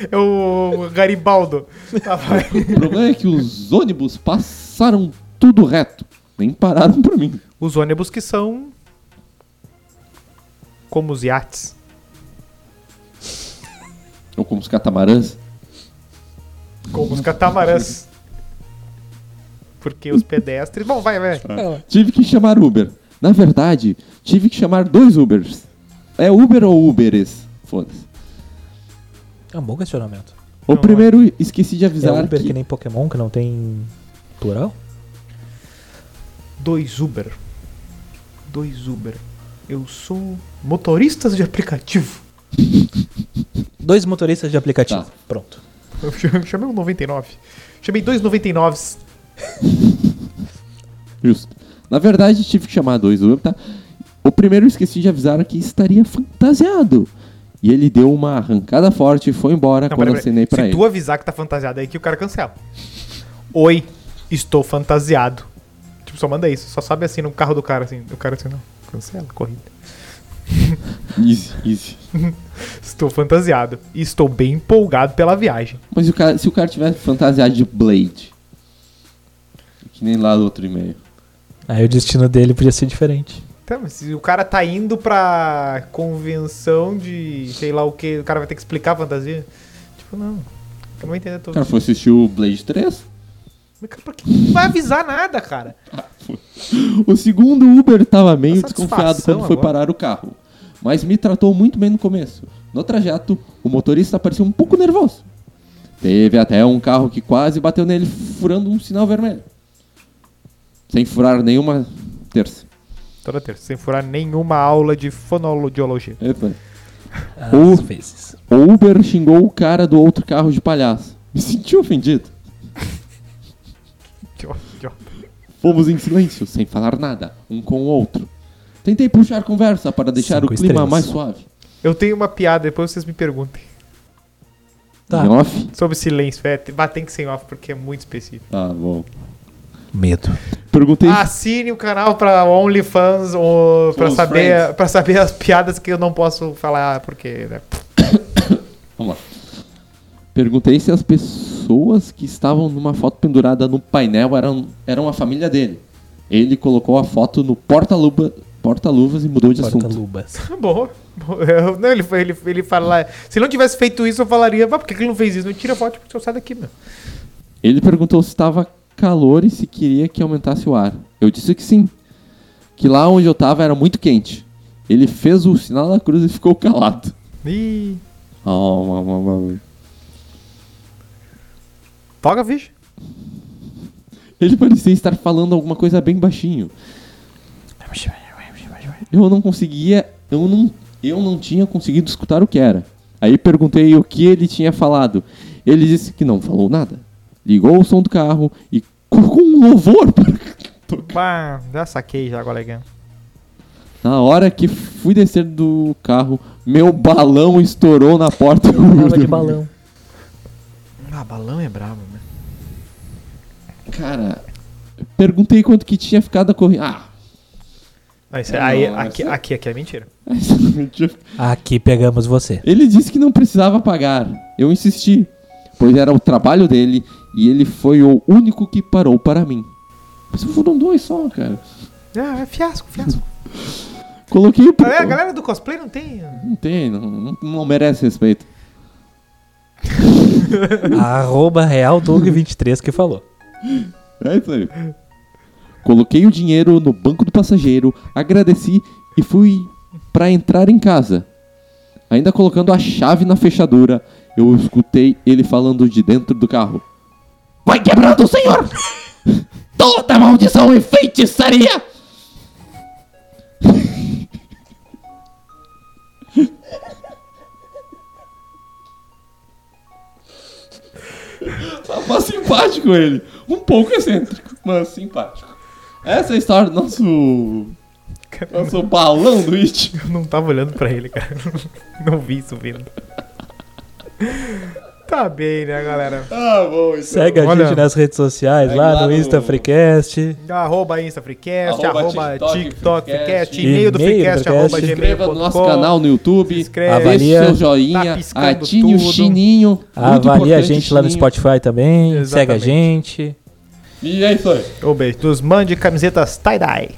Speaker 1: É o Garibaldo. Tava
Speaker 2: O problema é que os ônibus passaram tudo reto, nem pararam pra mim.
Speaker 1: Os ônibus que são como os iates.
Speaker 2: Ou como os catamarãs.
Speaker 1: Como os catamarãs. Porque os pedestres. Bom, vai, vai.
Speaker 2: Tive que chamar Uber. Na verdade, tive que chamar dois Ubers. É Uber ou Uberes? Foda-se.
Speaker 3: É um bom questionamento.
Speaker 2: O
Speaker 1: Não,
Speaker 2: primeiro esqueci de
Speaker 3: É
Speaker 2: avisar
Speaker 3: Uber que
Speaker 2: que
Speaker 3: nem Pokémon, que não tem plural?
Speaker 1: Dois Uber. Dois Uber. Eu sou motoristas de aplicativo.
Speaker 3: Dois motoristas de aplicativo.
Speaker 2: Tá.
Speaker 3: Pronto.
Speaker 1: Eu ch- chamei um 99. Chamei dois 99s.
Speaker 2: Justo. Na verdade, tive que chamar dois Uber, tá? O primeiro eu esqueci de avisar que estaria fantasiado. E ele deu uma arrancada forte e foi embora quando acenei pra
Speaker 1: Se
Speaker 2: ele.
Speaker 1: tu avisar que tá fantasiado aí, que o cara cancela. Oi, estou fantasiado. Tipo, só manda isso. Só sabe assim no carro do cara, assim. O cara assim, não. Cancela, a corrida.
Speaker 2: Easy, easy.
Speaker 1: Estou fantasiado e estou bem empolgado pela viagem.
Speaker 2: Mas e o cara- se o cara tiver fantasiado de Blade? Que nem lá do outro e-mail.
Speaker 3: Aí o destino dele podia ser diferente.
Speaker 1: Então, mas se o cara tá indo pra convenção de sei lá o que, o cara vai ter que explicar a fantasia? Tipo, não. Eu não vou entender
Speaker 2: O
Speaker 1: todo.
Speaker 2: cara foi assistir o Blade 3.
Speaker 1: Mas, cara, pra que não vai avisar nada, cara?
Speaker 2: O segundo Uber tava meio
Speaker 1: Uma
Speaker 2: desconfiado
Speaker 1: satisfação
Speaker 2: quando foi
Speaker 1: agora.
Speaker 2: parar o carro. Mas me tratou muito bem no começo. No trajeto, o motorista parecia um pouco nervoso. Teve até um carro que quase bateu nele, furando um sinal vermelho. Sem furar nenhuma terça.
Speaker 1: Toda terça, sem furar nenhuma aula de fonologiologia.
Speaker 2: Epa.
Speaker 3: Às
Speaker 2: Ou-
Speaker 3: vezes.
Speaker 2: O Uber xingou o cara do outro carro de palhaço. Me senti ofendido.
Speaker 1: Que ó- que ó-
Speaker 2: Fomos em silêncio, sem falar nada, um com o outro. Tentei puxar conversa para deixar
Speaker 3: Cinco
Speaker 2: o clima
Speaker 3: estrelas.
Speaker 2: mais suave.
Speaker 1: Eu tenho uma piada, depois vocês me perguntem.
Speaker 3: Tá.
Speaker 2: Em off?
Speaker 1: Sobre silêncio, é, te- bah, tem que ser em off porque é muito específico.
Speaker 2: Tá bom.
Speaker 3: Medo.
Speaker 2: Perguntei.
Speaker 1: Ah. Assine o canal pra OnlyFans ou pra
Speaker 2: Os
Speaker 1: saber,
Speaker 2: friends.
Speaker 1: pra saber as piadas que eu não posso falar porque. né? *laughs*
Speaker 2: Vamos lá. Perguntei se as pessoas que estavam numa foto pendurada no painel eram, eram a família dele. Ele colocou a foto no porta-luva, porta-luvas e mudou de assunto.
Speaker 3: Porta-lubas.
Speaker 1: Bom, bom, eu- não, ele, foi- ele, ele fala. Se não tivesse feito isso, eu falaria, mas por que que ele não fez isso? Não tira a foto porque eu saio daqui, meu.
Speaker 2: Ele perguntou se estava calor e se queria que aumentasse o ar. Eu disse que sim. Que lá onde eu estava era muito quente. Ele fez o sinal da cruz e ficou calado. *laughs*
Speaker 1: Ih.
Speaker 2: Ah, uma- uma- uma-
Speaker 1: Toca, bicho.
Speaker 2: Ele parecia estar falando alguma coisa bem baixinho. Eu não conseguia, eu não, eu não tinha conseguido escutar o que era. Aí perguntei o que ele tinha falado. Ele disse que não falou nada. Ligou o som do carro e colocou um louvor. *laughs*
Speaker 1: Bah, já saquei já, coleguinha.
Speaker 2: Na hora que fui descer do carro, meu balão estourou na porta. *laughs*
Speaker 3: Tava de *laughs* balão.
Speaker 1: Ah, balão é brabo, né?
Speaker 2: Cara, perguntei quanto que tinha ficado a corrida. Ah, *laughs*
Speaker 1: Não, isso,
Speaker 2: É,
Speaker 1: aí,
Speaker 2: não,
Speaker 1: aqui,
Speaker 2: isso-
Speaker 1: aqui, aqui é mentira.
Speaker 2: essa mentira.
Speaker 3: Aqui pegamos você.
Speaker 2: Ele disse que não precisava pagar. Eu insisti, pois era o trabalho dele e ele foi o único que parou para mim. Mas foram dois só, cara.
Speaker 1: Ah, é fiasco, fiasco.
Speaker 2: Coloquei o.
Speaker 1: É, A galera, a galera do cosplay não tem.
Speaker 2: Não tem, não, não- não merece respeito.
Speaker 3: Arroba RealDog23 que falou.
Speaker 2: É isso aí. Coloquei o dinheiro no banco do passageiro, agradeci e fui para entrar em casa. Ainda colocando a chave na fechadura, eu escutei ele falando de dentro do carro. quebrando, senhor! Toda maldição e feitiçaria! Tava Tá, simpático ele. Um pouco excêntrico, mas simpático. Essa é a história do nosso. Nosso balão do It.
Speaker 1: Eu não tava olhando pra ele, cara. *laughs* Não vi isso vindo. Tá bem, né, galera?
Speaker 2: Ah, bom, então.
Speaker 3: Segue a
Speaker 1: Olha.
Speaker 3: gente nas redes sociais,
Speaker 2: Segue
Speaker 3: lá
Speaker 2: lá
Speaker 3: no
Speaker 2: no-
Speaker 3: Insta Freecast.
Speaker 1: Arroba InstaFreecast,
Speaker 2: Arroba
Speaker 1: arroba,
Speaker 2: TikTok,
Speaker 1: TikTok
Speaker 2: Freecast,
Speaker 1: Freecast, e-mail do
Speaker 3: e-mail do
Speaker 1: Freecast,
Speaker 3: Freecast.
Speaker 1: arroba
Speaker 3: Se
Speaker 2: Se inscreva no nosso
Speaker 1: gmail.com.
Speaker 2: canal no YouTube.
Speaker 1: inscreva,
Speaker 2: Deixe
Speaker 3: Avalia.
Speaker 2: seu
Speaker 1: tá
Speaker 2: joinha.
Speaker 1: piscando
Speaker 2: atinha o
Speaker 1: tudo.
Speaker 2: chininho. muito
Speaker 3: Avalie a
Speaker 2: importante
Speaker 3: gente
Speaker 2: o
Speaker 3: lá no
Speaker 2: sininho.
Speaker 3: Spotify também.
Speaker 1: Exatamente.
Speaker 3: Segue a gente.
Speaker 2: E é isso aí.
Speaker 1: Um beijo. Nos mande camisetas tie-dye.